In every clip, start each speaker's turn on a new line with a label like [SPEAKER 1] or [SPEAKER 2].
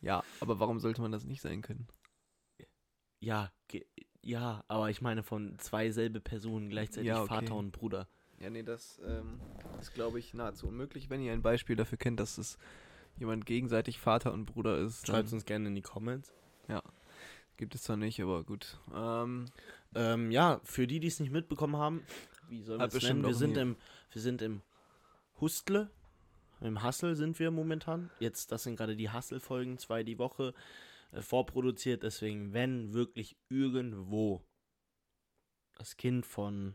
[SPEAKER 1] Ja, aber warum sollte man das nicht sein können?
[SPEAKER 2] Ja, ge- ja, aber ich meine von zwei selbe Personen gleichzeitig
[SPEAKER 1] Ja, okay.
[SPEAKER 2] Vater und Bruder.
[SPEAKER 1] Ja, nee, das ähm, ist, glaube ich, nahezu unmöglich. Wenn ihr ein Beispiel dafür kennt, dass es jemand gegenseitig Vater und Bruder ist, dann
[SPEAKER 2] Schreibt uns gerne in die Comments.
[SPEAKER 1] gibt es zwar nicht, aber gut. Ähm,
[SPEAKER 2] Ähm, ja, für die, die es nicht mitbekommen haben, wie sollen wir
[SPEAKER 1] Hat
[SPEAKER 2] es
[SPEAKER 1] bestimmt
[SPEAKER 2] nennen? Wir
[SPEAKER 1] auch
[SPEAKER 2] sind,
[SPEAKER 1] nie-
[SPEAKER 2] im, wir sind im Hustle, im Hustle sind wir momentan. Jetzt, das sind gerade die Hustle-Folgen, zwei die Woche, äh, vorproduziert. Deswegen, wenn wirklich irgendwo das Kind von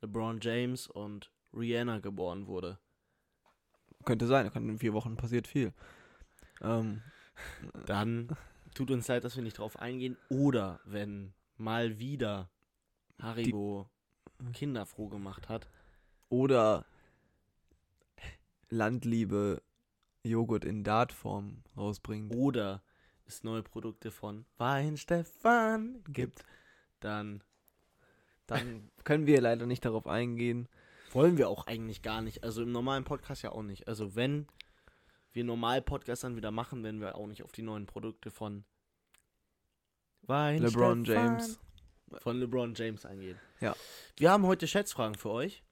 [SPEAKER 2] LeBron James und Rihanna geboren wurde.
[SPEAKER 1] könnte sein, kann in vier Wochen passiert viel. Ähm,
[SPEAKER 2] dann tut uns leid, dass wir nicht drauf eingehen. Oder wenn mal wieder Haribo Kinder froh gemacht hat.
[SPEAKER 1] oder Landliebe Joghurt in Dartform rausbringen.
[SPEAKER 2] Oder es neue Produkte von Weinstefan gibt. Dann
[SPEAKER 1] Dann können wir leider nicht darauf eingehen.
[SPEAKER 2] wollen wir auch eigentlich gar nicht. Also im normalen Podcast ja auch nicht. Also wenn wir normal Podcast dann wieder machen, werden wir auch nicht auf die neuen Produkte von
[SPEAKER 1] LeBron
[SPEAKER 2] Weinstefan-
[SPEAKER 1] James.
[SPEAKER 2] Von LeBron James eingehen.
[SPEAKER 1] Ja.
[SPEAKER 2] Wir haben heute Schätzfragen für euch.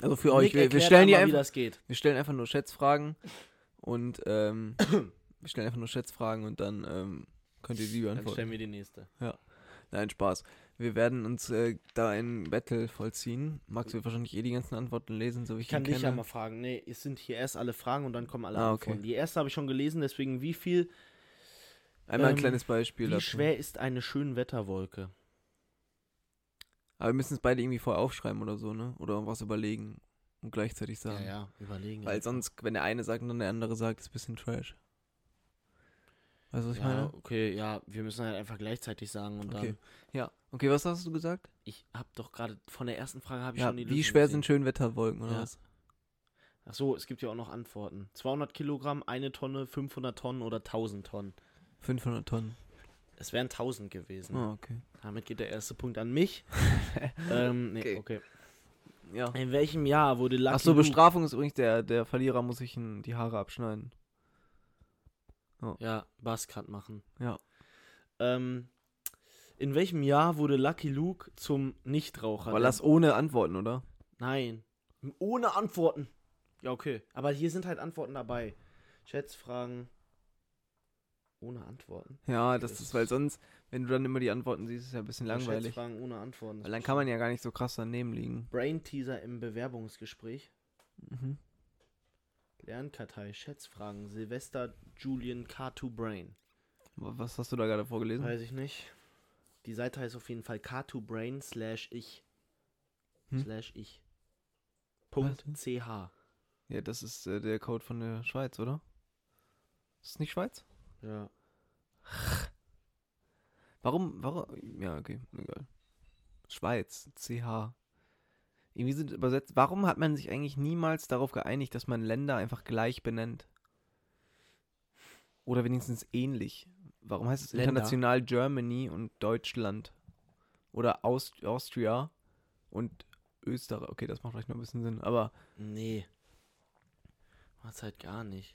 [SPEAKER 1] Also für
[SPEAKER 2] Nick
[SPEAKER 1] euch, wir, wir,
[SPEAKER 2] erklärt
[SPEAKER 1] stellen die
[SPEAKER 2] einmal, wie
[SPEAKER 1] einfach,
[SPEAKER 2] das geht.
[SPEAKER 1] wir stellen einfach nur Schätzfragen und ähm, wir stellen einfach nur Schätzfragen und dann ähm, könnt ihr die
[SPEAKER 2] Dann
[SPEAKER 1] beantworten.
[SPEAKER 2] stellen wir die nächste.
[SPEAKER 1] Nein, Spaß. Wir werden uns äh, da ein Battle vollziehen. Max wird wahrscheinlich eh die ganzen Antworten lesen, so wie ich,
[SPEAKER 2] Ich kann
[SPEAKER 1] ihn
[SPEAKER 2] dich
[SPEAKER 1] kenne.
[SPEAKER 2] ja mal fragen. Nee, es sind hier erst alle Fragen und dann kommen alle
[SPEAKER 1] Ah,
[SPEAKER 2] Antworten.
[SPEAKER 1] okay.
[SPEAKER 2] Die erste habe ich schon gelesen, deswegen wie viel,
[SPEAKER 1] Einmal ein
[SPEAKER 2] ähm,
[SPEAKER 1] kleines Beispiel
[SPEAKER 2] wie
[SPEAKER 1] dazu.
[SPEAKER 2] schwer ist eine Schönwetterwolke?
[SPEAKER 1] Aber wir müssen es beide irgendwie vorher aufschreiben oder so, ne? Oder was überlegen und gleichzeitig sagen.
[SPEAKER 2] ja, überlegen.
[SPEAKER 1] Weil sonst, wenn der eine sagt und dann der andere sagt, ist ein bisschen trash. Weißt du, was ich
[SPEAKER 2] ja,
[SPEAKER 1] meine?
[SPEAKER 2] okay, ja, wir müssen halt einfach gleichzeitig sagen und
[SPEAKER 1] Okay.
[SPEAKER 2] dann.
[SPEAKER 1] Ja. Okay, was hast du gesagt?
[SPEAKER 2] Ich habe doch gerade von der ersten Frage habe ich
[SPEAKER 1] Ja,
[SPEAKER 2] schon die
[SPEAKER 1] wie
[SPEAKER 2] Lösung
[SPEAKER 1] schwer
[SPEAKER 2] gesehen.
[SPEAKER 1] sind Schönwetterwolken oder
[SPEAKER 2] Ja.
[SPEAKER 1] was?
[SPEAKER 2] Ach so, es gibt ja auch noch Antworten. 200 Kilogramm, eine Tonne, 500 Tonnen oder 1000 Tonnen.
[SPEAKER 1] 500 Tonnen.
[SPEAKER 2] Es wären 1000 gewesen.
[SPEAKER 1] Ah, okay.
[SPEAKER 2] Damit geht der erste Punkt an mich. ähm, nee,
[SPEAKER 1] Okay.
[SPEAKER 2] okay.
[SPEAKER 1] Ja.
[SPEAKER 2] In welchem Jahr wurde Lucky
[SPEAKER 1] Achso,
[SPEAKER 2] Luke
[SPEAKER 1] Bestrafung ist übrigens, der, der Verlierer muss sich ein- die Haare abschneiden.
[SPEAKER 2] Ja, Buzzcut machen.
[SPEAKER 1] Ja.
[SPEAKER 2] Ähm, in welchem Jahr wurde Lucky Luke zum Nichtraucher?
[SPEAKER 1] Aber
[SPEAKER 2] denn?
[SPEAKER 1] das ohne Antworten, oder?
[SPEAKER 2] Nein. Ohne Antworten. Ja, okay. Aber hier sind halt Antworten dabei. Schätzfragen. Ohne Antworten.
[SPEAKER 1] Ja,
[SPEAKER 2] Okay,
[SPEAKER 1] das
[SPEAKER 2] das
[SPEAKER 1] ist, weil sonst, wenn du dann immer die Antworten siehst, ist ja ein bisschen langweilig.
[SPEAKER 2] Schätzfragen ohne Antworten.
[SPEAKER 1] Weil dann kann man ja gar nicht so krass daneben liegen.
[SPEAKER 2] Brain-Teaser im Bewerbungsgespräch.
[SPEAKER 1] Mhm.
[SPEAKER 2] Lernkartei, Schätzfragen. Silvester Julian K2 Brain.
[SPEAKER 1] Wa- Was hast du da gerade vorgelesen?
[SPEAKER 2] Weiß ich nicht. Die Seite heißt auf jeden Fall K2Brain slash ich.
[SPEAKER 1] Hm?
[SPEAKER 2] Slash ich. Punkt CH.
[SPEAKER 1] Ja, das ist äh, der Code von der Schweiz, oder? Ist es nicht Schweiz?
[SPEAKER 2] Ja.
[SPEAKER 1] Warum, warum? Ja, okay, egal. Schweiz, CH. Irgendwie sind übersetzt. Warum hat man sich eigentlich niemals darauf geeinigt, dass man Länder einfach gleich benennt? Oder wenigstens ähnlich? Warum heißt es
[SPEAKER 2] Länder?
[SPEAKER 1] international Germany und Deutschland? Oder Aust Austria und Österreich? Okay, das macht vielleicht noch ein bisschen Sinn, aber
[SPEAKER 2] Nee. Macht's halt gar nicht.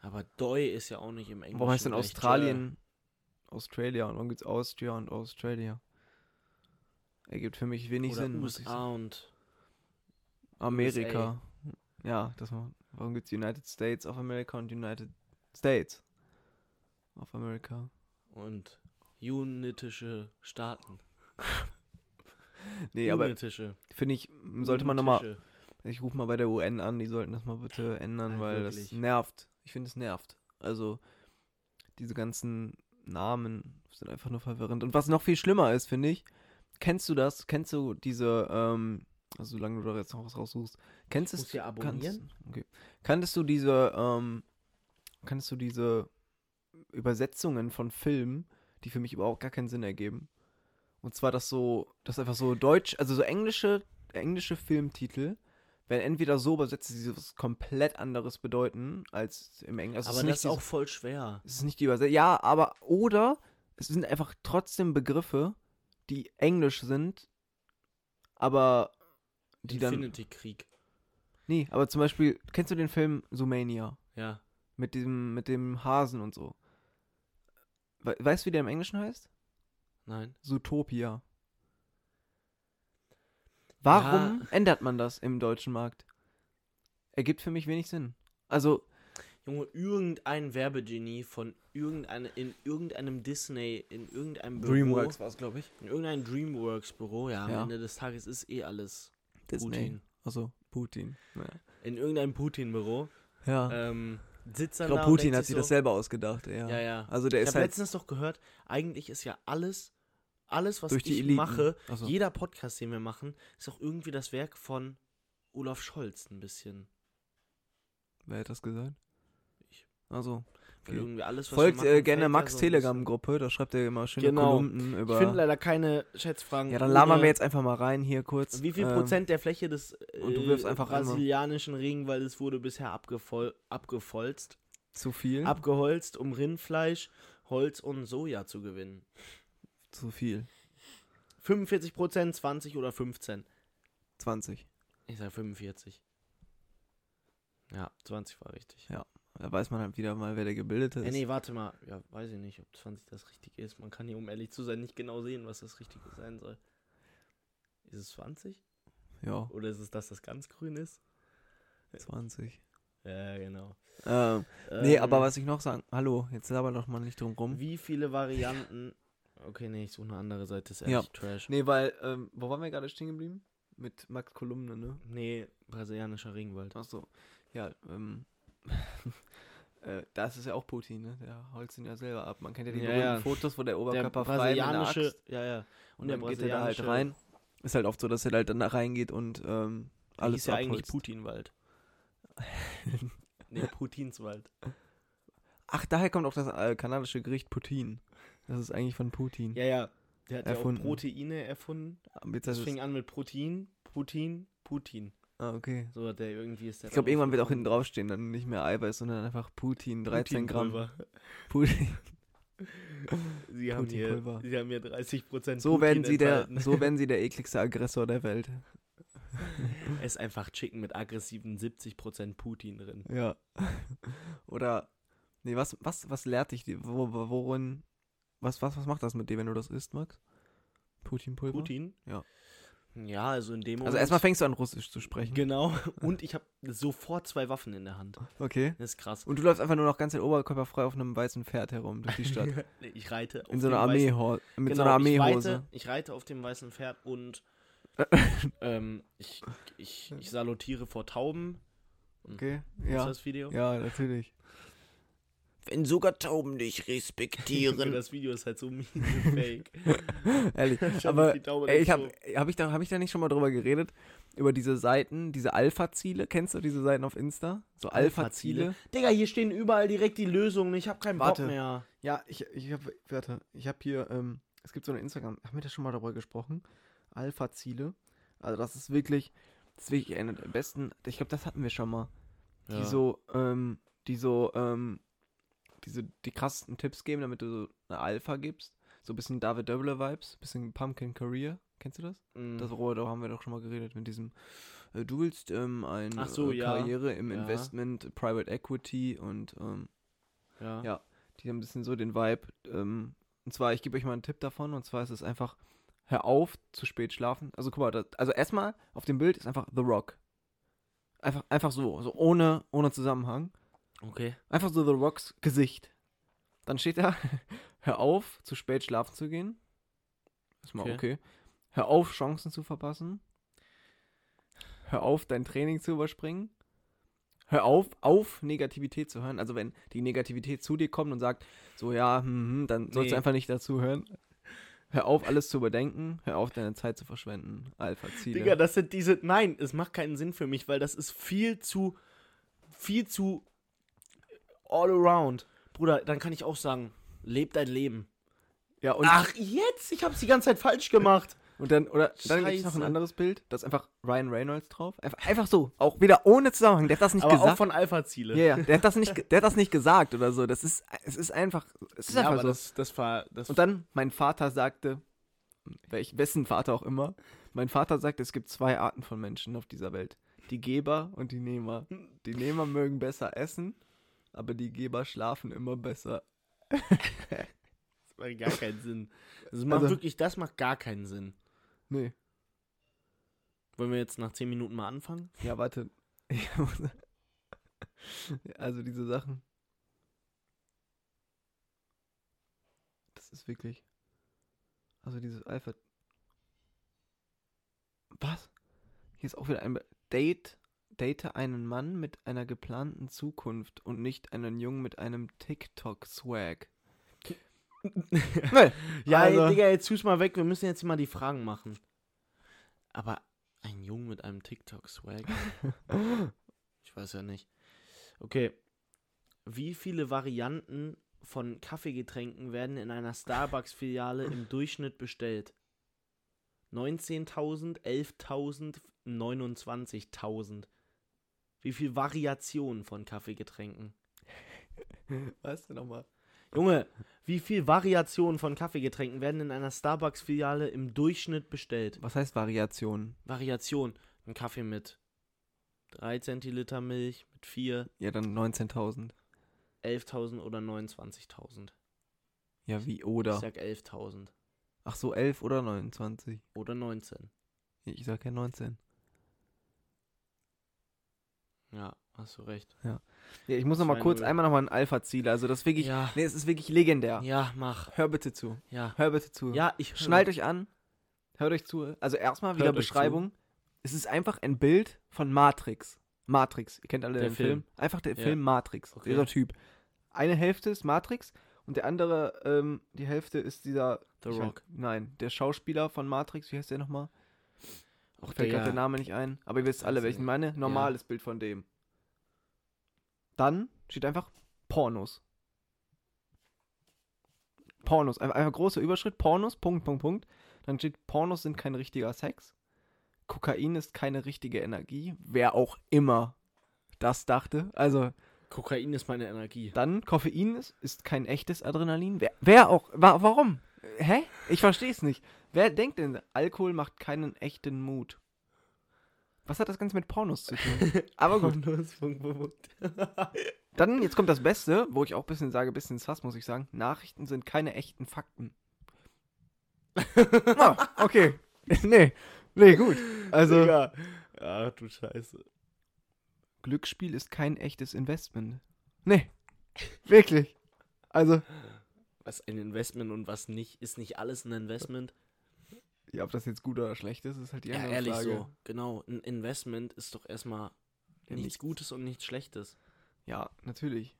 [SPEAKER 2] Aber Doi ist ja auch nicht im Englischen. äh,
[SPEAKER 1] warum heißt denn
[SPEAKER 2] gleich
[SPEAKER 1] Australien Australia und warum gibt es Austria und Australia? Ergibt für mich
[SPEAKER 2] Joe
[SPEAKER 1] wenig
[SPEAKER 2] Oder
[SPEAKER 1] Sinn. muss ich sagen.
[SPEAKER 2] USA und.
[SPEAKER 1] Amerika. Ja, das war. Warum gibt's United States of America und United States of America?
[SPEAKER 2] Und unitische Staaten.
[SPEAKER 1] Nee, aber
[SPEAKER 2] unitische.
[SPEAKER 1] finde ich, sollte man nochmal.
[SPEAKER 2] unitische.
[SPEAKER 1] Ich rufe mal bei der UN an, die sollten das mal bitte ändern,
[SPEAKER 2] Nein,
[SPEAKER 1] weil das
[SPEAKER 2] wirklich.
[SPEAKER 1] nervt. Ich finde, es nervt. Also, diese ganzen Namen sind einfach nur verwirrend. Und was noch viel schlimmer ist, finde ich, kennst du das? Kennst du diese, ähm, also solange du da jetzt noch was raussuchst, kennst
[SPEAKER 2] muss
[SPEAKER 1] es?
[SPEAKER 2] hier abonnieren?
[SPEAKER 1] Kannst, okay. Kanntest du diese, ähm, kannst du diese Übersetzungen von Filmen, die für mich überhaupt gar keinen Sinn ergeben? Und zwar, dass so, dass einfach so deutsch, also so englische, englische Filmtitel werden entweder so übersetzt, dass sie was komplett anderes bedeuten als im Englischen. Also es
[SPEAKER 2] aber
[SPEAKER 1] ist
[SPEAKER 2] das ist
[SPEAKER 1] nicht
[SPEAKER 2] auch voll schwer.
[SPEAKER 1] es ist nicht die Übersetzung. Ja, aber oder es sind einfach trotzdem Begriffe, die englisch sind, aber die dann.
[SPEAKER 2] Infinity Krieg.
[SPEAKER 1] Nee, aber zum Beispiel, kennst du den Film Sumania?
[SPEAKER 2] Ja.
[SPEAKER 1] Mit dem, mit dem Hasen und so. We weißt du, wie der im Englischen heißt?
[SPEAKER 2] Nein.
[SPEAKER 1] Zootopia. Warum ändert man das im deutschen Markt? Ergibt für mich wenig Sinn. Also,
[SPEAKER 2] Junge, irgendein Werbegenie von irgendeine, in irgendeinem Disney, in irgendeinem Büro.
[SPEAKER 1] war es, glaube ich.
[SPEAKER 2] In irgendeinem Dreamworks-Büro, ja, am
[SPEAKER 1] Ja.
[SPEAKER 2] Ende des Tages ist eh alles
[SPEAKER 1] Disney.
[SPEAKER 2] Putin.
[SPEAKER 1] Also, Putin. Ja.
[SPEAKER 2] In irgendeinem Putin-Büro.
[SPEAKER 1] ja.
[SPEAKER 2] Ähm, sitzt
[SPEAKER 1] ich
[SPEAKER 2] dann
[SPEAKER 1] glaube,
[SPEAKER 2] da und
[SPEAKER 1] Putin
[SPEAKER 2] denkt
[SPEAKER 1] hat sich
[SPEAKER 2] so,
[SPEAKER 1] das selber ausgedacht, ja.
[SPEAKER 2] Ja, ja.
[SPEAKER 1] Also, der
[SPEAKER 2] ich
[SPEAKER 1] ist
[SPEAKER 2] habe
[SPEAKER 1] halt
[SPEAKER 2] letztens doch gehört, eigentlich ist ja alles, alles, was
[SPEAKER 1] durch die
[SPEAKER 2] ich
[SPEAKER 1] Eliten.
[SPEAKER 2] mache,
[SPEAKER 1] Also,
[SPEAKER 2] jeder Podcast, den wir machen, ist auch irgendwie das Werk von Olaf Scholz ein bisschen.
[SPEAKER 1] wer hat das gesagt?
[SPEAKER 2] Ich.
[SPEAKER 1] Also,
[SPEAKER 2] Weil
[SPEAKER 1] Okay.
[SPEAKER 2] irgendwie alles, was
[SPEAKER 1] folgt
[SPEAKER 2] wir
[SPEAKER 1] äh,
[SPEAKER 2] machen,
[SPEAKER 1] gerne
[SPEAKER 2] fällt ja
[SPEAKER 1] Max
[SPEAKER 2] so ein
[SPEAKER 1] Telegram-Gruppe, da schreibt er immer schöne
[SPEAKER 2] Genau.
[SPEAKER 1] Kolumnen
[SPEAKER 2] bisschen- Ich finde
[SPEAKER 1] über.
[SPEAKER 2] leider keine Schätzfragen. Äh,
[SPEAKER 1] Ja, dann labern
[SPEAKER 2] ohne
[SPEAKER 1] wir jetzt einfach mal rein hier kurz.
[SPEAKER 2] Wie viel
[SPEAKER 1] Ähm,
[SPEAKER 2] Prozent der Fläche des äh,
[SPEAKER 1] und du wirfst einfach einmal.
[SPEAKER 2] brasilianischen Regenwaldes wurde bisher abgefol abgefolzt,
[SPEAKER 1] Zu viel?
[SPEAKER 2] abgeholzt, um Rindfleisch, Holz und Soja zu gewinnen?
[SPEAKER 1] Zu viel.
[SPEAKER 2] 45 Prozent, 20 oder 15?
[SPEAKER 1] 20.
[SPEAKER 2] Ich sag 45. Ja, 20 war richtig.
[SPEAKER 1] Da weiß man halt wieder mal, wer der Gebildete ist.
[SPEAKER 2] Äh, nee, warte mal. Ja, weiß ich nicht, ob 20 das richtig ist. Man kann hier, um ehrlich zu sein, nicht genau sehen, was das Richtige sein soll. Ist es 20?
[SPEAKER 1] Ja,
[SPEAKER 2] Oder ist es das, das ganz grün ist?
[SPEAKER 1] 20.
[SPEAKER 2] Ja, genau.
[SPEAKER 1] Ähm, nee,
[SPEAKER 2] Ähm,
[SPEAKER 1] aber was ich noch sagen. Hallo, jetzt laber doch mal nicht drum rum.
[SPEAKER 2] Wie viele Varianten. Okay, nee, ich suche eine andere Seite, ist echt
[SPEAKER 1] Ja.
[SPEAKER 2] Trash.
[SPEAKER 1] Nee, weil, ähm, wo waren wir gerade stehen geblieben? Mit Max Kolumne, ne?
[SPEAKER 2] Nee, brasilianischer Regenwald.
[SPEAKER 1] Achso. Ja, ähm. äh, das ist ja auch Putin, ne? Der holzt ihn ja selber ab. Man kennt ja die
[SPEAKER 2] Ja,
[SPEAKER 1] berühmten
[SPEAKER 2] ja.
[SPEAKER 1] Fotos, wo der
[SPEAKER 2] Der
[SPEAKER 1] Oberkörper frei mit einer
[SPEAKER 2] brasilianische.
[SPEAKER 1] Axt-
[SPEAKER 2] Ja, ja.
[SPEAKER 1] Und, dann geht er da halt rein. Ist halt oft so, dass er halt dann da reingeht und ähm,
[SPEAKER 2] Alles
[SPEAKER 1] alles
[SPEAKER 2] ist ja eigentlich
[SPEAKER 1] abholzt.
[SPEAKER 2] Putinwald. nee, Putinswald.
[SPEAKER 1] Ach, daher kommt auch das äh, kanadische Gericht Putin. Das ist eigentlich von Putin. Ah,
[SPEAKER 2] Ja, ja. Der hat
[SPEAKER 1] Erfunden.
[SPEAKER 2] ja auch Proteine erfunden.
[SPEAKER 1] Aber Jetzt
[SPEAKER 2] Das
[SPEAKER 1] heißt es,
[SPEAKER 2] fing an mit Protein, Putin, Putin.
[SPEAKER 1] ah, okay.
[SPEAKER 2] So hat der irgendwie ist der.
[SPEAKER 1] Ich glaube, irgendwann wird auch hinten draufstehen, dann nicht mehr Eiweiß, sondern einfach Putin, 13 Gramm. Putin.
[SPEAKER 2] Sie haben, hier,
[SPEAKER 1] Putinpulver.
[SPEAKER 2] sie haben hier 30 Prozent.
[SPEAKER 1] So werden sie der, so werden sie der ekligste Aggressor der Welt.
[SPEAKER 2] Es ist einfach Chicken mit aggressiven 70 Prozent Putin drin.
[SPEAKER 1] Ja. Oder, nee, was, was, was lehrt dich, die- wo, wo- worin, was, was, was macht das mit dir, wenn du das isst, Max? Putin-Pulver?
[SPEAKER 2] Putin?
[SPEAKER 1] Ja.
[SPEAKER 2] Ja, also in dem Moment.
[SPEAKER 1] Also erstmal fängst du an, Russisch zu sprechen.
[SPEAKER 2] Genau. Und ich habe sofort zwei Waffen in der Hand.
[SPEAKER 1] Okay.
[SPEAKER 2] Das ist krass.
[SPEAKER 1] Und du läufst einfach nur noch ganz den Oberkörper frei auf einem weißen Pferd herum durch die Stadt.
[SPEAKER 2] Also, Ich reite.
[SPEAKER 1] In
[SPEAKER 2] auf
[SPEAKER 1] so einer
[SPEAKER 2] dem weißen-
[SPEAKER 1] Armeehose. Mit so
[SPEAKER 2] Genau,
[SPEAKER 1] einer
[SPEAKER 2] ich reite-
[SPEAKER 1] Armeehose.
[SPEAKER 2] Ich reite auf dem weißen Pferd und ähm, ich, ich, ich salutiere vor Tauben.
[SPEAKER 1] Okay.
[SPEAKER 2] Ist
[SPEAKER 1] Ja.
[SPEAKER 2] das Video?
[SPEAKER 1] Ja, natürlich.
[SPEAKER 3] Wenn sogar Tauben dich respektieren.
[SPEAKER 2] Das Video ist halt so mies und fake.
[SPEAKER 1] Ehrlich.
[SPEAKER 2] Ich hab
[SPEAKER 1] aber
[SPEAKER 2] die Taube
[SPEAKER 1] ey,
[SPEAKER 2] nicht
[SPEAKER 1] ich habe
[SPEAKER 2] so.
[SPEAKER 1] hab ich, da- hab ich da nicht schon mal drüber geredet? Über diese Seiten, diese Alpha-Ziele. Kennst du diese Seiten auf Insta? So Alpha-Ziele.
[SPEAKER 2] Digga, hier stehen überall direkt die Lösungen. Ich habe keinen
[SPEAKER 1] Warte.
[SPEAKER 2] Bock mehr.
[SPEAKER 1] Ja, ich, ich habe, warte, ich habe hier, ähm, es gibt so eine Instagram, haben wir da schon mal drüber gesprochen? Alpha-Ziele. Also das ist wirklich, das ist wirklich eine der besten, ich glaube, das hatten wir schon mal. Die so, ähm, die so, ähm, diese, die krassesten Tipps geben, damit du so eine Alpha gibst. So ein bisschen David Dobler-Vibes, bisschen Pumpkin Career. Kennst du das?
[SPEAKER 2] Mm.
[SPEAKER 1] Das Rohr, da haben wir doch schon mal geredet mit diesem. äh, Du willst ähm, eine
[SPEAKER 2] Ach so,
[SPEAKER 1] äh,
[SPEAKER 2] ja.
[SPEAKER 1] Karriere im
[SPEAKER 2] Ja.
[SPEAKER 1] Investment, Private Equity und ähm,
[SPEAKER 2] ja.
[SPEAKER 1] ja. die haben ein bisschen so den Vibe. Ähm, und zwar, ich gebe euch mal einen Tipp davon, und zwar ist es einfach, hör auf, zu spät schlafen. Also guck mal, das, also erstmal auf dem Bild ist einfach The Rock. Einfach, einfach so, so ohne, ohne Zusammenhang.
[SPEAKER 2] Okay.
[SPEAKER 1] Einfach so The Rocks Gesicht. Dann steht da, hör auf, zu spät schlafen zu gehen. Ist mal okay.
[SPEAKER 2] Okay.
[SPEAKER 1] Hör auf, Chancen zu verpassen. Hör auf, dein Training zu überspringen. Hör auf, auf Negativität zu hören. Also wenn die Negativität zu dir kommt und sagt, so ja, hm, hm, dann sollst du
[SPEAKER 2] Nee.
[SPEAKER 1] einfach nicht dazu hören. Hör auf, alles zu überdenken. Hör auf, deine Zeit zu verschwenden. Alpha-Ziele.
[SPEAKER 2] Digga, das sind diese. Nein, es macht keinen Sinn für mich, weil das ist viel zu. viel zu. all around. Bruder, dann kann ich auch sagen, leb dein Leben.
[SPEAKER 1] ja, und
[SPEAKER 2] Ach, jetzt? Ich hab's die ganze Zeit falsch gemacht.
[SPEAKER 1] Und dann, oder dann gibt es noch ein
[SPEAKER 2] Scheiße.
[SPEAKER 1] anderes Bild, da ist einfach Ryan Reynolds drauf. Einfach, einfach so, auch wieder ohne Zusammenhang. Der hat das nicht
[SPEAKER 2] Aber auch
[SPEAKER 1] gesagt.
[SPEAKER 2] von Alpha-Ziele.
[SPEAKER 1] Ja, ja, der hat das nicht, ge- der hat das nicht gesagt oder so. Das ist, es ist einfach, es ist
[SPEAKER 2] Ja,
[SPEAKER 1] einfach
[SPEAKER 2] aber
[SPEAKER 1] so.
[SPEAKER 2] das, das war. Das
[SPEAKER 1] und dann, mein Vater sagte, welch, wessen Vater auch immer, mein Vater sagte, es gibt zwei Arten von Menschen auf dieser Welt. Die Geber und die Nehmer. Die Nehmer mögen besser essen aber die Geber schlafen immer besser.
[SPEAKER 2] Das macht gar keinen Sinn. Das macht
[SPEAKER 1] Also-
[SPEAKER 2] wirklich, das macht gar keinen Sinn.
[SPEAKER 1] Nee.
[SPEAKER 2] Wollen wir jetzt nach 10 Minuten mal anfangen?
[SPEAKER 1] Ja, warte. Ich muss- also diese Sachen. Das ist wirklich. Also dieses Alpha. Was? Hier ist auch wieder ein Be- Date. Date einen Mann mit einer geplanten Zukunft und nicht einen Jungen mit einem TikTok-Swag. Nee.
[SPEAKER 2] Ja,
[SPEAKER 1] Also-
[SPEAKER 2] ey, Digga, jetzt tust mal weg, wir müssen jetzt mal die Fragen machen. Aber ein Junge mit einem TikTok-Swag? Ich weiß ja nicht. Okay. Wie viele Varianten von Kaffeegetränken werden in einer Starbucks-Filiale im Durchschnitt bestellt? 19.000, 11.000, 29.000. Wie viel Variationen von Kaffeegetränken?
[SPEAKER 1] Weißt du nochmal?
[SPEAKER 2] Junge, wie viel Variationen von Kaffeegetränken werden in einer Starbucks-Filiale im Durchschnitt bestellt?
[SPEAKER 1] Was heißt Variationen?
[SPEAKER 2] Variation. Ein Kaffee mit 3 Zentiliter Milch, mit 4,
[SPEAKER 1] Ja, dann 19.000.
[SPEAKER 2] 11.000 oder 29.000.
[SPEAKER 1] Ja, wie
[SPEAKER 2] Ich
[SPEAKER 1] oder?
[SPEAKER 2] sag 11.000
[SPEAKER 1] Ach so, 11 oder 29.
[SPEAKER 2] oder 19.
[SPEAKER 1] Ich sag ja 19.
[SPEAKER 2] Ja, hast du recht.
[SPEAKER 1] Ja, ich muss noch mal kurz
[SPEAKER 2] 2-0.
[SPEAKER 1] einmal noch mal ein Alpha ziel Also das wirklich,
[SPEAKER 2] ja,
[SPEAKER 1] nee, es ist wirklich legendär.
[SPEAKER 2] ja, mach.
[SPEAKER 1] Hör bitte zu.
[SPEAKER 2] Ja,
[SPEAKER 1] Hör bitte zu.
[SPEAKER 2] ja, ich
[SPEAKER 1] Schnallt euch an. Hört euch zu. Also erstmal wieder
[SPEAKER 2] Hört euch
[SPEAKER 1] Beschreibung. Es ist einfach ein Bild von Matrix. Matrix. Ihr kennt alle
[SPEAKER 2] Der
[SPEAKER 1] den Film. Einfach der
[SPEAKER 2] Ja.
[SPEAKER 1] Film Matrix.
[SPEAKER 2] Okay.
[SPEAKER 1] Dieser Typ. Eine Hälfte ist Matrix und der andere, ähm, die Hälfte ist dieser.
[SPEAKER 2] The
[SPEAKER 1] ich weiß-
[SPEAKER 2] Rock.
[SPEAKER 1] nein, der Schauspieler von Matrix. Wie heißt der nochmal?
[SPEAKER 2] Ach,
[SPEAKER 1] Mir Fällt gerade
[SPEAKER 2] Digga.
[SPEAKER 1] der Name nicht ein. Aber ihr wisst alle,
[SPEAKER 2] Also,
[SPEAKER 1] welchen ich meine. Normales Bild von dem. Dann steht einfach Pornos. Pornos. Ein- Einfach großer Überschritt. Pornos, Punkt, Punkt, Punkt. Dann steht, Pornos sind kein richtiger Sex. Kokain ist keine richtige Energie. Wer auch immer das dachte. Also,
[SPEAKER 2] Kokain ist meine Energie.
[SPEAKER 1] dann Koffein ist, ist kein echtes Adrenalin. Wer, wer auch? Wa warum? Hä? Ich verstehe es nicht. Wer denkt denn, Alkohol macht keinen echten Mut? Was hat das Ganze mit Pornos zu tun? Aber gut. Dann, jetzt kommt das Beste, wo ich auch ein bisschen sage, ein bisschen sass, muss ich sagen. Nachrichten sind keine echten Fakten. Ah, okay. nee. Nee, gut. Also,
[SPEAKER 2] Digga. Ach du Scheiße.
[SPEAKER 1] Glücksspiel ist kein echtes Investment. Nee. Wirklich. Also,
[SPEAKER 2] Was ein Investment und was nicht, ist nicht alles ein Investment.
[SPEAKER 1] ja, ob das jetzt gut oder schlecht ist, ist halt die
[SPEAKER 2] Ja,
[SPEAKER 1] andere
[SPEAKER 2] ehrlich
[SPEAKER 1] Frage.
[SPEAKER 2] so. Genau, ein Investment ist doch erstmal
[SPEAKER 1] Ja,
[SPEAKER 2] nichts Gutes und nichts Schlechtes.
[SPEAKER 1] Ja, natürlich.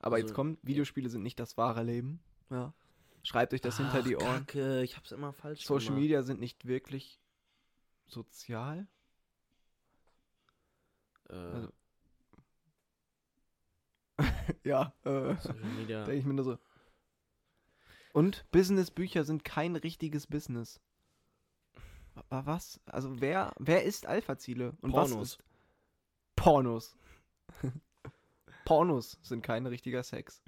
[SPEAKER 1] Aber
[SPEAKER 2] Also,
[SPEAKER 1] jetzt kommt, Videospiele sind nicht das wahre Leben. Ja. Ah, Schreibt euch das hinter
[SPEAKER 2] Ach,
[SPEAKER 1] die Ohren.
[SPEAKER 2] Kacke, ich hab's immer falsch
[SPEAKER 1] Social
[SPEAKER 2] gemacht.
[SPEAKER 1] Media sind nicht wirklich sozial.
[SPEAKER 2] Äh,
[SPEAKER 1] Also- Ja, äh,
[SPEAKER 2] Social Media.
[SPEAKER 1] denke ich mir nur so. Und Businessbücher sind kein richtiges Business. Wa- wa- Was? Also wer, wer ist Alpha-Ziele? Und was
[SPEAKER 2] Pornos.
[SPEAKER 1] ist Pornos. Pornos sind kein richtiger Sex.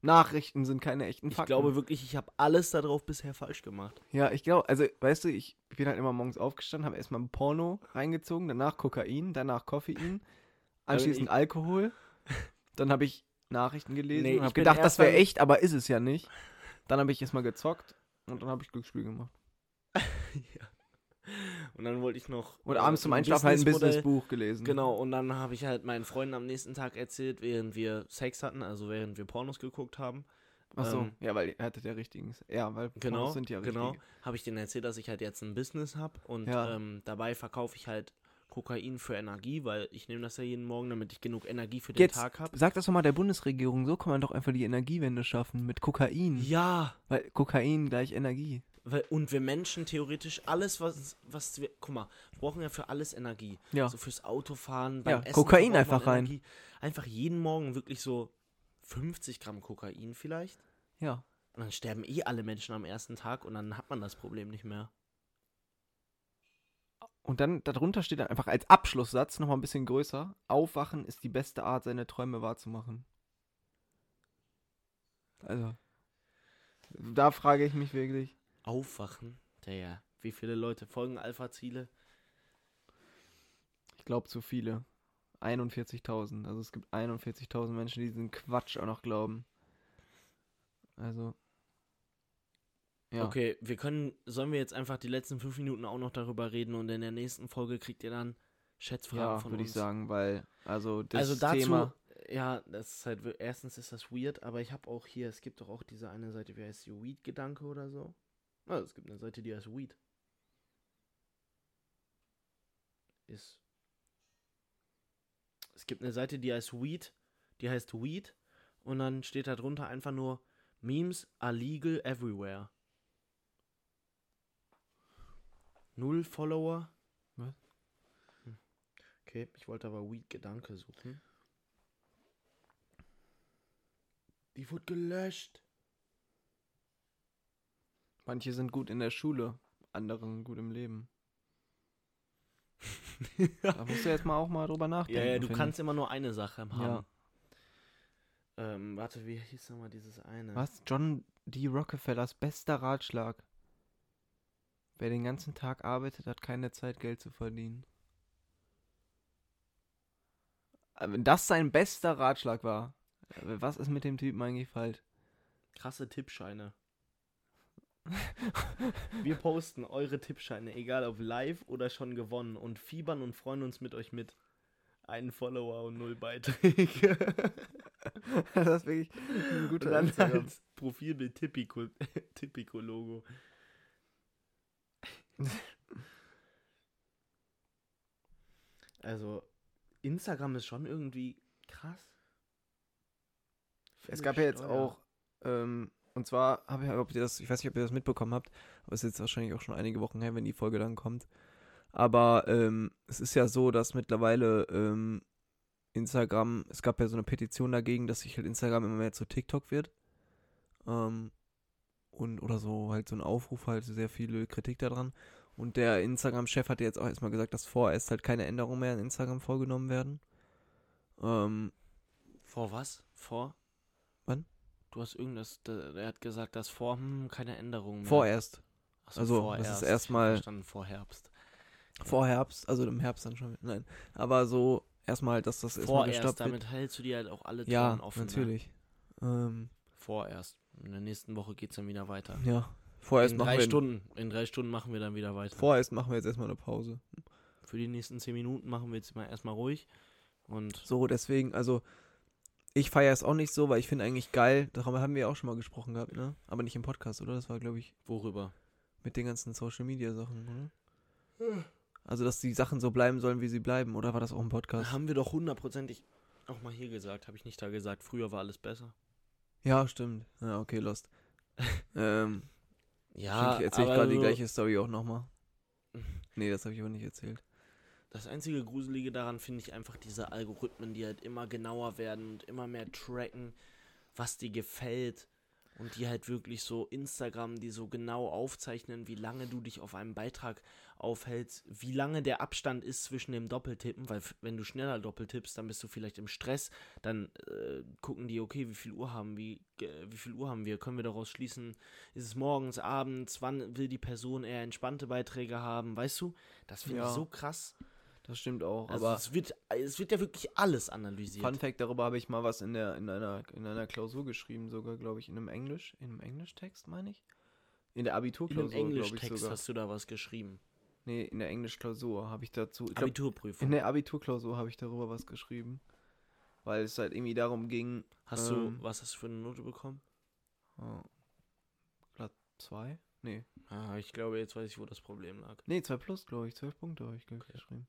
[SPEAKER 1] Nachrichten sind keine echten
[SPEAKER 2] Ich
[SPEAKER 1] Fakten.
[SPEAKER 2] glaube wirklich, ich habe alles darauf bisher falsch gemacht.
[SPEAKER 1] Ja, ich glaube, also, weißt du, ich bin halt immer morgens aufgestanden, habe erstmal ein Porno reingezogen, danach Kokain, danach Koffein,
[SPEAKER 2] Also
[SPEAKER 1] anschließend Alkohol. Dann habe ich Nachrichten gelesen
[SPEAKER 2] Nee,
[SPEAKER 1] und
[SPEAKER 2] ich
[SPEAKER 1] habe
[SPEAKER 2] bin
[SPEAKER 1] gedacht, das wäre
[SPEAKER 2] erst dann-
[SPEAKER 1] echt, aber ist es ja nicht. Dann habe ich erstmal gezockt und dann habe ich Glücksspiel gemacht.
[SPEAKER 2] Und dann wollte ich noch.
[SPEAKER 1] Und
[SPEAKER 2] äh,
[SPEAKER 1] abends zum
[SPEAKER 2] ein
[SPEAKER 1] Einschlafen halt ein
[SPEAKER 2] Businessmodell-
[SPEAKER 1] Businessbuch gelesen.
[SPEAKER 2] Genau, und dann habe ich halt meinen Freunden am nächsten Tag erzählt, während wir Sex hatten, also während wir Pornos geguckt haben.
[SPEAKER 1] Achso,
[SPEAKER 2] Ähm,
[SPEAKER 1] ja, weil er hatte der richtigen. Ja, weil Pornos
[SPEAKER 2] Genau,
[SPEAKER 1] sind ja
[SPEAKER 2] genau.
[SPEAKER 1] richtige.
[SPEAKER 2] Habe ich denen erzählt, dass ich halt jetzt ein Business habe und
[SPEAKER 1] Ja.
[SPEAKER 2] ähm, dabei verkaufe ich halt Kokain für Energie, weil ich nehme das ja jeden Morgen, damit ich genug Energie für den
[SPEAKER 1] Jetzt
[SPEAKER 2] Tag habe.
[SPEAKER 1] sag das doch mal der Bundesregierung, so kann man doch einfach die Energiewende schaffen mit Kokain.
[SPEAKER 2] Ja,
[SPEAKER 1] Weil Kokain gleich Energie.
[SPEAKER 2] weil, und wir Menschen theoretisch alles, was, was wir, guck mal, wir brauchen ja für alles Energie.
[SPEAKER 1] Ja.
[SPEAKER 2] So fürs
[SPEAKER 1] Ja,
[SPEAKER 2] Autofahren, beim Essen.
[SPEAKER 1] Kokain
[SPEAKER 2] braucht man
[SPEAKER 1] einfach rein.
[SPEAKER 2] Energie. Einfach jeden Morgen wirklich so 50 Gramm Kokain vielleicht.
[SPEAKER 1] Ja.
[SPEAKER 2] Und dann sterben eh alle Menschen am ersten Tag und dann hat man das Problem nicht mehr.
[SPEAKER 1] Und dann darunter steht dann einfach als Abschlusssatz nochmal ein bisschen größer: Aufwachen ist die beste Art, seine Träume wahrzumachen. Also, da frage ich mich wirklich.
[SPEAKER 2] Aufwachen. Digga, wie viele Leute folgen Alpha-Ziele?
[SPEAKER 1] Ich glaube, zu viele. 41.000. Also es gibt 41.000 Menschen, die diesen Quatsch auch noch glauben. Also. Ja.
[SPEAKER 2] Okay, wir können, sollen wir jetzt einfach die letzten fünf Minuten auch noch darüber reden und in der nächsten Folge kriegt ihr dann Schätzfragen
[SPEAKER 1] ja,
[SPEAKER 2] von
[SPEAKER 1] würde
[SPEAKER 2] uns.
[SPEAKER 1] ich sagen, weil, also das
[SPEAKER 2] also dazu,
[SPEAKER 1] Thema.
[SPEAKER 2] ja, das ist halt, wir- erstens ist das weird, aber ich habe auch hier, es gibt doch auch diese eine Seite, wie heißt die, Weed-Gedanke oder so. Also es gibt eine Seite, die heißt Weed. Ist. Es gibt eine Seite, die heißt Weed, die heißt Weed und dann steht da drunter einfach nur Memes are legal everywhere. Null Follower.
[SPEAKER 1] Was?
[SPEAKER 2] Hm. Okay, ich wollte aber Weed Gedanke suchen. Die wurde gelöscht.
[SPEAKER 1] Manche sind gut in der Schule, andere sind gut im Leben. Da musst du jetzt mal auch mal drüber nachdenken.
[SPEAKER 2] ja, ja, du
[SPEAKER 1] finde
[SPEAKER 2] kannst immer nur eine Sache haben.
[SPEAKER 1] Ja.
[SPEAKER 2] Ähm, warte, wie hieß nochmal dieses eine?
[SPEAKER 1] ich. Was? John D. Rockefellers bester Ratschlag. Wer den ganzen Tag arbeitet, hat keine Zeit, Geld zu verdienen. Aber Wenn das sein bester Ratschlag war, was ist mit dem Typen eigentlich falsch?
[SPEAKER 2] Krasse Tippscheine. Wir posten eure Tippscheine, egal ob live oder schon gewonnen, und fiebern und freuen uns mit euch mit. Einen Follower und null Beiträge.
[SPEAKER 1] das ist wirklich ein
[SPEAKER 2] und
[SPEAKER 1] guter
[SPEAKER 2] dann
[SPEAKER 1] Instagram.
[SPEAKER 2] als Profilbild Tippico- Tippico-Logo. also, Instagram ist schon irgendwie krass.
[SPEAKER 1] Es
[SPEAKER 2] Viele
[SPEAKER 1] gab ja jetzt
[SPEAKER 2] Steuer.
[SPEAKER 1] auch, ähm, und zwar habe ich, ob ihr das, ich weiß nicht, ob ihr das mitbekommen habt, aber es ist jetzt wahrscheinlich auch schon einige Wochen her, wenn die Folge dann kommt. Aber ähm, es ist ja so, dass mittlerweile ähm, Instagram, es gab ja so eine Petition dagegen, dass sich halt Instagram immer mehr zu TikTok wird. Ähm, und oder so halt so ein Aufruf, halt sehr viele Kritik daran. Und der Instagram-Chef hatte jetzt auch erstmal gesagt, dass vorerst halt keine Änderungen mehr an Instagram vorgenommen werden. Ähm,
[SPEAKER 2] Vor was? Vor?
[SPEAKER 1] Wann?
[SPEAKER 2] Du hast irgendwas, da- er hat gesagt, dass vor hm, keine Änderungen mehr.
[SPEAKER 1] vorerst.
[SPEAKER 2] Ach so,
[SPEAKER 1] also, das
[SPEAKER 2] vorerst.
[SPEAKER 1] ist
[SPEAKER 2] Ich hab
[SPEAKER 1] erstmal-
[SPEAKER 2] Verstanden, vor Herbst.
[SPEAKER 1] Vor Herbst, also im Herbst dann schon. Nein, aber so erstmal, halt, dass das erstmal
[SPEAKER 2] Vorerst,
[SPEAKER 1] gestoppt wird.
[SPEAKER 2] damit hältst du dir halt auch alle Türen
[SPEAKER 1] Ja,
[SPEAKER 2] offen. ne?
[SPEAKER 1] natürlich. Ähm,
[SPEAKER 2] Vorerst. In der nächsten Woche geht's dann wieder weiter.
[SPEAKER 1] ja, vorerst
[SPEAKER 2] in
[SPEAKER 1] machen,
[SPEAKER 2] drei
[SPEAKER 1] wir,
[SPEAKER 2] Stunden. In drei Stunden machen wir dann wieder weiter.
[SPEAKER 1] vorerst machen wir jetzt erstmal eine Pause.
[SPEAKER 2] Für die nächsten zehn Minuten machen wir jetzt mal erstmal ruhig. Und
[SPEAKER 1] So, deswegen, also ich feiere es auch nicht so, weil ich finde eigentlich geil, darüber haben wir auch schon mal gesprochen gehabt, ne? Aber nicht im Podcast, oder? Das war, glaube ich,
[SPEAKER 2] worüber?
[SPEAKER 1] mit den ganzen Social-Media-Sachen, oder? Also, dass die Sachen so bleiben sollen, wie sie bleiben, oder war das auch im Podcast?
[SPEAKER 2] Haben wir doch hundertprozentig auch mal hier gesagt. Habe ich nicht da gesagt, früher war alles besser.
[SPEAKER 1] Ja, stimmt. Ja, okay, lost. ähm,
[SPEAKER 2] Ja,
[SPEAKER 1] ich erzähle
[SPEAKER 2] aber
[SPEAKER 1] gerade die
[SPEAKER 2] so-
[SPEAKER 1] gleiche Story auch nochmal. Nee, das habe ich aber nicht erzählt.
[SPEAKER 2] Das einzige Gruselige daran finde ich einfach diese Algorithmen, die halt immer genauer werden und immer mehr tracken, was dir gefällt. Und die halt wirklich so Instagram, die so genau aufzeichnen, wie lange du dich auf einem Beitrag aufhältst, wie lange der Abstand ist zwischen dem Doppeltippen, weil f- wenn du schneller doppeltippst, dann bist du vielleicht im Stress, dann äh, gucken die, okay, wie viel Uhr haben, wie, äh, wie viel Uhr haben wir, können wir daraus schließen, ist es morgens, abends, wann will die Person eher entspannte Beiträge haben, weißt du? Das finde
[SPEAKER 1] Ja.
[SPEAKER 2] ich so krass.
[SPEAKER 1] Das stimmt auch,
[SPEAKER 2] Also
[SPEAKER 1] aber
[SPEAKER 2] es wird, es wird ja wirklich alles analysiert.
[SPEAKER 1] Fun Fact, darüber habe ich mal was in, der, in, einer, in einer Klausur geschrieben, sogar, glaube ich, in einem Englisch, in einem Englischtext, meine ich. In der
[SPEAKER 2] In einem
[SPEAKER 1] Abiturklausur, glaube ich
[SPEAKER 2] Englischtext
[SPEAKER 1] sogar.
[SPEAKER 2] hast du da was geschrieben.
[SPEAKER 1] Nee, in der Englischklausur habe ich dazu, ich glaube, in
[SPEAKER 2] Abiturprüfung.
[SPEAKER 1] der Abiturklausur habe ich darüber was geschrieben, weil es halt irgendwie darum ging,
[SPEAKER 2] Hast
[SPEAKER 1] ähm,
[SPEAKER 2] du, was hast du für eine Note bekommen?
[SPEAKER 1] oh, glatt zwei? Nee,
[SPEAKER 2] Ah, ich glaube, jetzt weiß ich, wo das Problem lag.
[SPEAKER 1] nee, zwei plus, glaube ich, zwölf Punkte habe ich, glaube ich, geschrieben.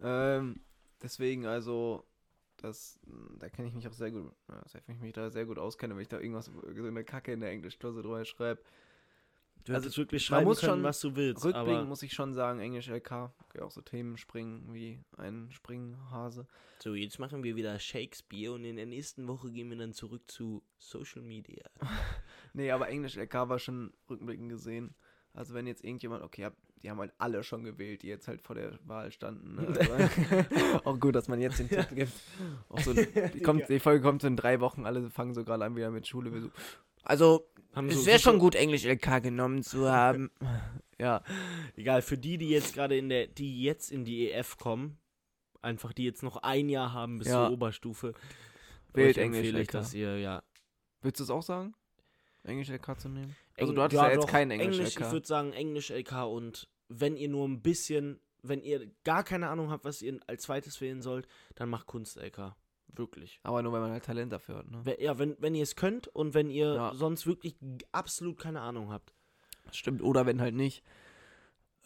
[SPEAKER 1] Ähm, deswegen, also, das, mh, da kenne ich mich auch sehr gut, ja, das heißt, wenn ich mich da sehr gut auskenne, wenn ich da irgendwas, so eine Kacke in der Englischklausur drüber schreibe.
[SPEAKER 2] Du
[SPEAKER 1] Also,
[SPEAKER 2] hättest wirklich
[SPEAKER 1] man
[SPEAKER 2] schreiben
[SPEAKER 1] muss
[SPEAKER 2] können,
[SPEAKER 1] schon
[SPEAKER 2] was du willst, aber
[SPEAKER 1] Rückblickend muss ich schon sagen, Englisch LK, okay, auch so Themen springen wie ein Springhase.
[SPEAKER 2] so, jetzt machen wir wieder Shakespeare und in der nächsten Woche gehen wir dann zurück zu Social Media.
[SPEAKER 1] Nee, aber Englisch LK war schon rückblickend gesehen. Also wenn jetzt irgendjemand, okay, hab, die haben halt alle schon gewählt, die jetzt halt vor der Wahl standen. Ne? Also, auch gut, dass man jetzt den Tipp gibt. Auch so, die, kommt, die Folge kommt so in drei Wochen, alle fangen so gerade an wieder mit Schule. Wir so,
[SPEAKER 3] Also,
[SPEAKER 2] Haben
[SPEAKER 3] es
[SPEAKER 2] so
[SPEAKER 3] wäre
[SPEAKER 2] super-
[SPEAKER 3] schon gut, Englisch LK genommen zu haben.
[SPEAKER 1] ja,
[SPEAKER 2] Egal, für die, die jetzt gerade in der, die jetzt in die EF E kommen, Einfach die jetzt noch ein Jahr haben bis
[SPEAKER 1] Ja.
[SPEAKER 2] zur Oberstufe.
[SPEAKER 1] Wählt
[SPEAKER 2] Euch
[SPEAKER 1] Englisch
[SPEAKER 2] empfehle ich,
[SPEAKER 1] LK.
[SPEAKER 2] dass ihr, ja.
[SPEAKER 1] Willst du es auch sagen? Englisch LK zu nehmen? Also
[SPEAKER 2] Eng-
[SPEAKER 1] du hattest ja jetzt
[SPEAKER 2] doch,
[SPEAKER 1] keinen Englisch LK.
[SPEAKER 2] Ich würde sagen Englisch LK und wenn ihr nur ein bisschen, wenn ihr gar keine Ahnung habt, was ihr als zweites wählen sollt, dann macht Kunst LK. Wirklich.
[SPEAKER 1] Aber nur, wenn man halt Talent dafür hat, ne?
[SPEAKER 2] We- Ja, wenn, wenn ihr es könnt und wenn ihr
[SPEAKER 1] Ja.
[SPEAKER 2] sonst wirklich g- absolut keine Ahnung habt.
[SPEAKER 1] Stimmt, oder wenn halt nicht.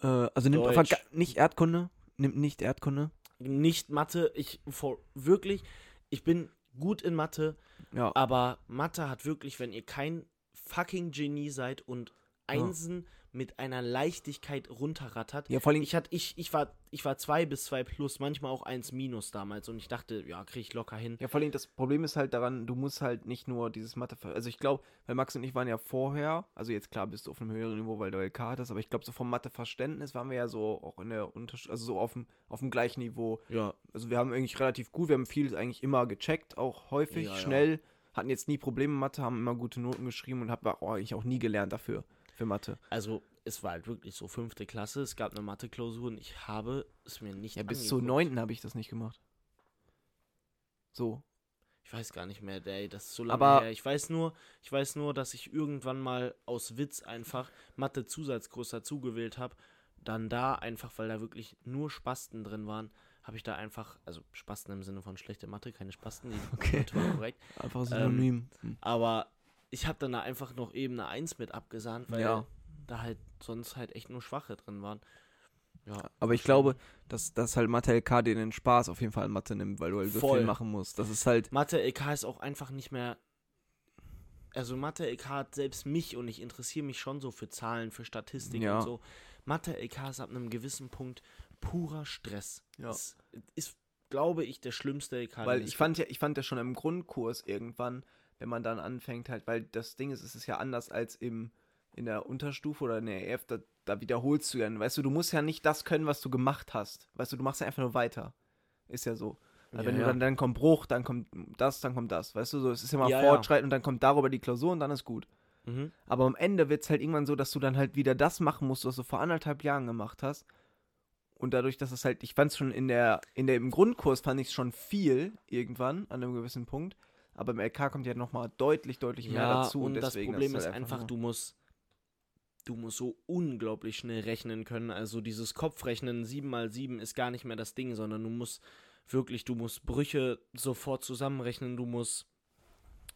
[SPEAKER 1] Äh, also nimmt auf jeden Fall
[SPEAKER 2] Deutsch.
[SPEAKER 1] ga- nicht Erdkunde. Nimmt nicht Erdkunde.
[SPEAKER 2] Nicht Mathe, ich vor, wirklich, ich bin gut in Mathe,
[SPEAKER 1] Ja.
[SPEAKER 2] aber Mathe hat wirklich, wenn ihr kein fucking Genie seid und Einsen mit einer Leichtigkeit runterrattert,
[SPEAKER 1] Ja, vor allem,
[SPEAKER 2] Ich, hatte, ich, ich, war, ich war 2 bis 2 plus, manchmal auch 1 minus damals und ich dachte, ja, kriege ich locker hin.
[SPEAKER 1] ja, vor allem das Problem ist halt daran, du musst halt nicht nur dieses Mathe. ver- Also ich glaube, weil Max und ich waren ja vorher, also jetzt klar bist du auf einem höheren Niveau, weil du LK hattest, aber ich glaube, so vom Matheverständnis waren wir ja so auch in der Unterschied, also so auf dem, auf dem gleichen Niveau.
[SPEAKER 2] Ja,
[SPEAKER 1] Also wir haben eigentlich relativ gut, wir haben vieles eigentlich immer gecheckt, auch häufig,
[SPEAKER 2] Ja, ja.
[SPEAKER 1] schnell, hatten jetzt nie Probleme in Mathe, haben immer gute Noten geschrieben und haben auch eigentlich auch nie gelernt dafür, für Mathe.
[SPEAKER 2] also es war halt wirklich so fünfte Klasse, es gab eine Mathe-Klausur und ich habe es mir nicht
[SPEAKER 1] Ja, bis
[SPEAKER 2] angeguckt.
[SPEAKER 1] zur neunten habe ich das nicht gemacht. So,
[SPEAKER 2] Ich weiß gar nicht mehr, ey, das ist so lange
[SPEAKER 1] Aber-
[SPEAKER 2] her. Ich weiß nur, ich weiß nur, dass ich irgendwann mal aus Witz einfach Mathe-Zusatzkurs dazugewählt habe. Dann da einfach, weil da wirklich nur Spasten drin waren, habe ich da einfach, also Spasten im Sinne von schlechte Mathe, keine Spasten, die
[SPEAKER 1] Okay.
[SPEAKER 2] Leute waren korrekt.
[SPEAKER 1] Einfach synonym.
[SPEAKER 2] Aber ich habe dann da einfach noch eben eine 1 mit abgesahnt, weil
[SPEAKER 1] Ja.
[SPEAKER 2] da halt sonst halt echt nur Schwache drin waren. Ja,
[SPEAKER 1] Aber ich glaube, dass, dass halt Mathe LK dir den Spaß auf jeden Fall an Mathe nimmt, weil du halt so
[SPEAKER 2] Voll.
[SPEAKER 1] viel machen musst. Das ist halt.
[SPEAKER 2] Mathe LK ist auch einfach nicht mehr. Also Mathe LK hat selbst mich und ich interessiere mich schon so für Zahlen, für Statistik
[SPEAKER 1] Ja.
[SPEAKER 2] und so. Mathe LK ist ab einem gewissen Punkt purer Stress.
[SPEAKER 1] Ja.
[SPEAKER 2] Es ist, glaube ich, der schlimmste LK. den
[SPEAKER 1] Weil
[SPEAKER 2] es
[SPEAKER 1] ich fand ja, ich fand ja schon im Grundkurs irgendwann, wenn man dann anfängt, halt, weil das Ding ist, es ist ja anders als im, in der Unterstufe oder in der EF, da, da wiederholst du ja. Weißt du, du musst ja nicht das können, was du gemacht hast. Weißt du, du machst ja einfach nur weiter. Ist ja so. Also
[SPEAKER 2] Ja,
[SPEAKER 1] wenn du
[SPEAKER 2] ja.
[SPEAKER 1] dann, dann kommt Bruch, dann kommt das, dann kommt das. Weißt du, so, es ist ja mal
[SPEAKER 2] Ja, ja.
[SPEAKER 1] Fortschreiten und dann kommt darüber die Klausur und dann ist gut.
[SPEAKER 2] gibt. Mhm.
[SPEAKER 1] Aber am Ende wird es halt irgendwann so, dass du dann halt wieder das machen musst, was du vor anderthalb Jahren gemacht hast. Und dadurch, dass es halt, ich fand es schon in der, in der, im Grundkurs fand ich es schon viel irgendwann an einem gewissen Punkt. Aber im LK kommt ja nochmal deutlich, deutlich mehr
[SPEAKER 2] Ja,
[SPEAKER 1] dazu.
[SPEAKER 2] und das
[SPEAKER 1] deswegen
[SPEAKER 2] Problem
[SPEAKER 1] es
[SPEAKER 2] ist
[SPEAKER 1] halt
[SPEAKER 2] einfach,
[SPEAKER 1] nur-
[SPEAKER 2] du musst, du musst so unglaublich schnell rechnen können. Also dieses Kopfrechnen 7 mal 7 ist gar nicht mehr das Ding, sondern du musst wirklich, du musst Brüche sofort zusammenrechnen, du musst,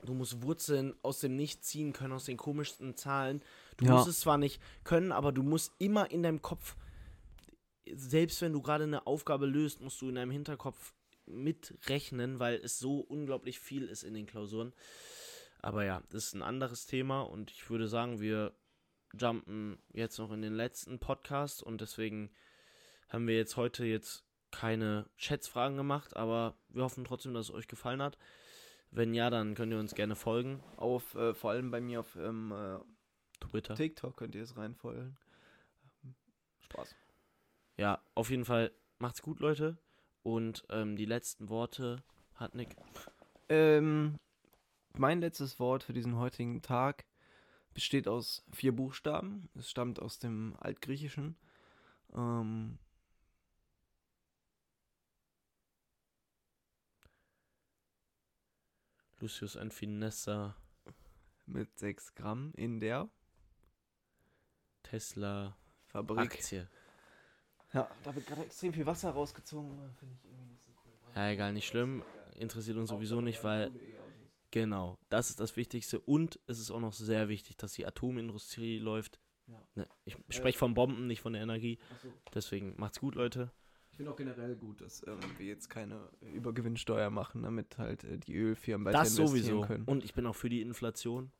[SPEAKER 2] du musst Wurzeln aus dem Nichts ziehen können, aus den komischsten Zahlen. Du
[SPEAKER 1] Ja.
[SPEAKER 2] musst es zwar nicht können, aber du musst immer in deinem Kopf, selbst wenn du gerade eine Aufgabe löst, musst du in deinem Hinterkopf mitrechnen, weil es so unglaublich viel ist in den Klausuren. Aber ja, das ist ein anderes Thema und ich würde sagen, wir jumpen jetzt noch in den letzten Podcast und deswegen haben wir jetzt heute jetzt keine Schätzfragen gemacht, aber wir hoffen trotzdem, dass es euch gefallen hat. Wenn ja, dann könnt ihr uns gerne folgen.
[SPEAKER 1] Auf, äh, vor allem bei mir auf ähm, äh,
[SPEAKER 2] Twitter.
[SPEAKER 1] TikTok könnt ihr es reinfolgen. Ähm, Spaß.
[SPEAKER 2] Ja, auf jeden Fall macht's gut, Leute. Und ähm, die letzten Worte hat Nick.
[SPEAKER 1] Ähm, mein letztes Wort für diesen heutigen Tag besteht aus vier Buchstaben. Es stammt aus dem Altgriechischen. Ähm,
[SPEAKER 2] Lucius Anfinessa,
[SPEAKER 1] mit 6 Gramm in der
[SPEAKER 2] Tesla,
[SPEAKER 1] Fabrik.
[SPEAKER 2] Aktie.
[SPEAKER 1] Ja, da wird gerade extrem viel Wasser rausgezogen. aber Finde ich irgendwie nicht so cool.
[SPEAKER 2] Ja, egal, nicht schlimm. Interessiert uns sowieso nicht, weil Genau, das ist das Wichtigste. Und es ist auch noch sehr wichtig, dass die Atomindustrie läuft.
[SPEAKER 1] Ja.
[SPEAKER 2] Ne, ich spreche von Bomben, nicht von der Energie.
[SPEAKER 1] Achso,
[SPEAKER 2] Deswegen macht's gut, Leute.
[SPEAKER 1] ich finde auch generell gut, dass ähm, wir jetzt keine Übergewinnsteuer machen, damit halt äh, die Ölfirmen weiter
[SPEAKER 2] Das sowieso.
[SPEAKER 1] können.
[SPEAKER 2] Und ich bin auch für die Inflation.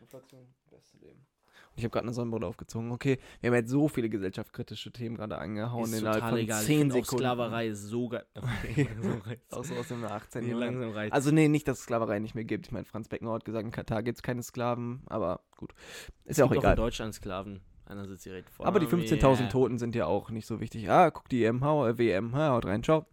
[SPEAKER 1] Inflation, beste Leben. Und ich habe gerade eine Sonnenbrille aufgezogen. Okay, wir haben jetzt so viele gesellschaftskritische Themen gerade angehauen
[SPEAKER 2] ist
[SPEAKER 1] innerhalb
[SPEAKER 2] total
[SPEAKER 1] von
[SPEAKER 2] egal. Ich
[SPEAKER 1] 10
[SPEAKER 2] find auch
[SPEAKER 1] Sekunden.
[SPEAKER 2] Sklaverei ist so geil. Okay, langsam reicht's.
[SPEAKER 1] Auch so aus dem 18.
[SPEAKER 2] nee,
[SPEAKER 1] Jahrhundert.
[SPEAKER 2] langsam halt. reicht's.
[SPEAKER 1] Also nee, nicht, dass es Sklaverei nicht mehr gibt. Ich meine, Franz Beckenbauer hat gesagt, in Katar gibt es keine Sklaven, aber gut. Ist ja auch
[SPEAKER 2] Gibt in
[SPEAKER 1] egal.
[SPEAKER 2] Deutschland Sklaven. Einer sitzt direkt vor
[SPEAKER 1] Aber die
[SPEAKER 2] mir.
[SPEAKER 1] E 15.000 Toten sind ja auch nicht so wichtig. Ah, guck die MH, äh, WM, haut rein, ciao.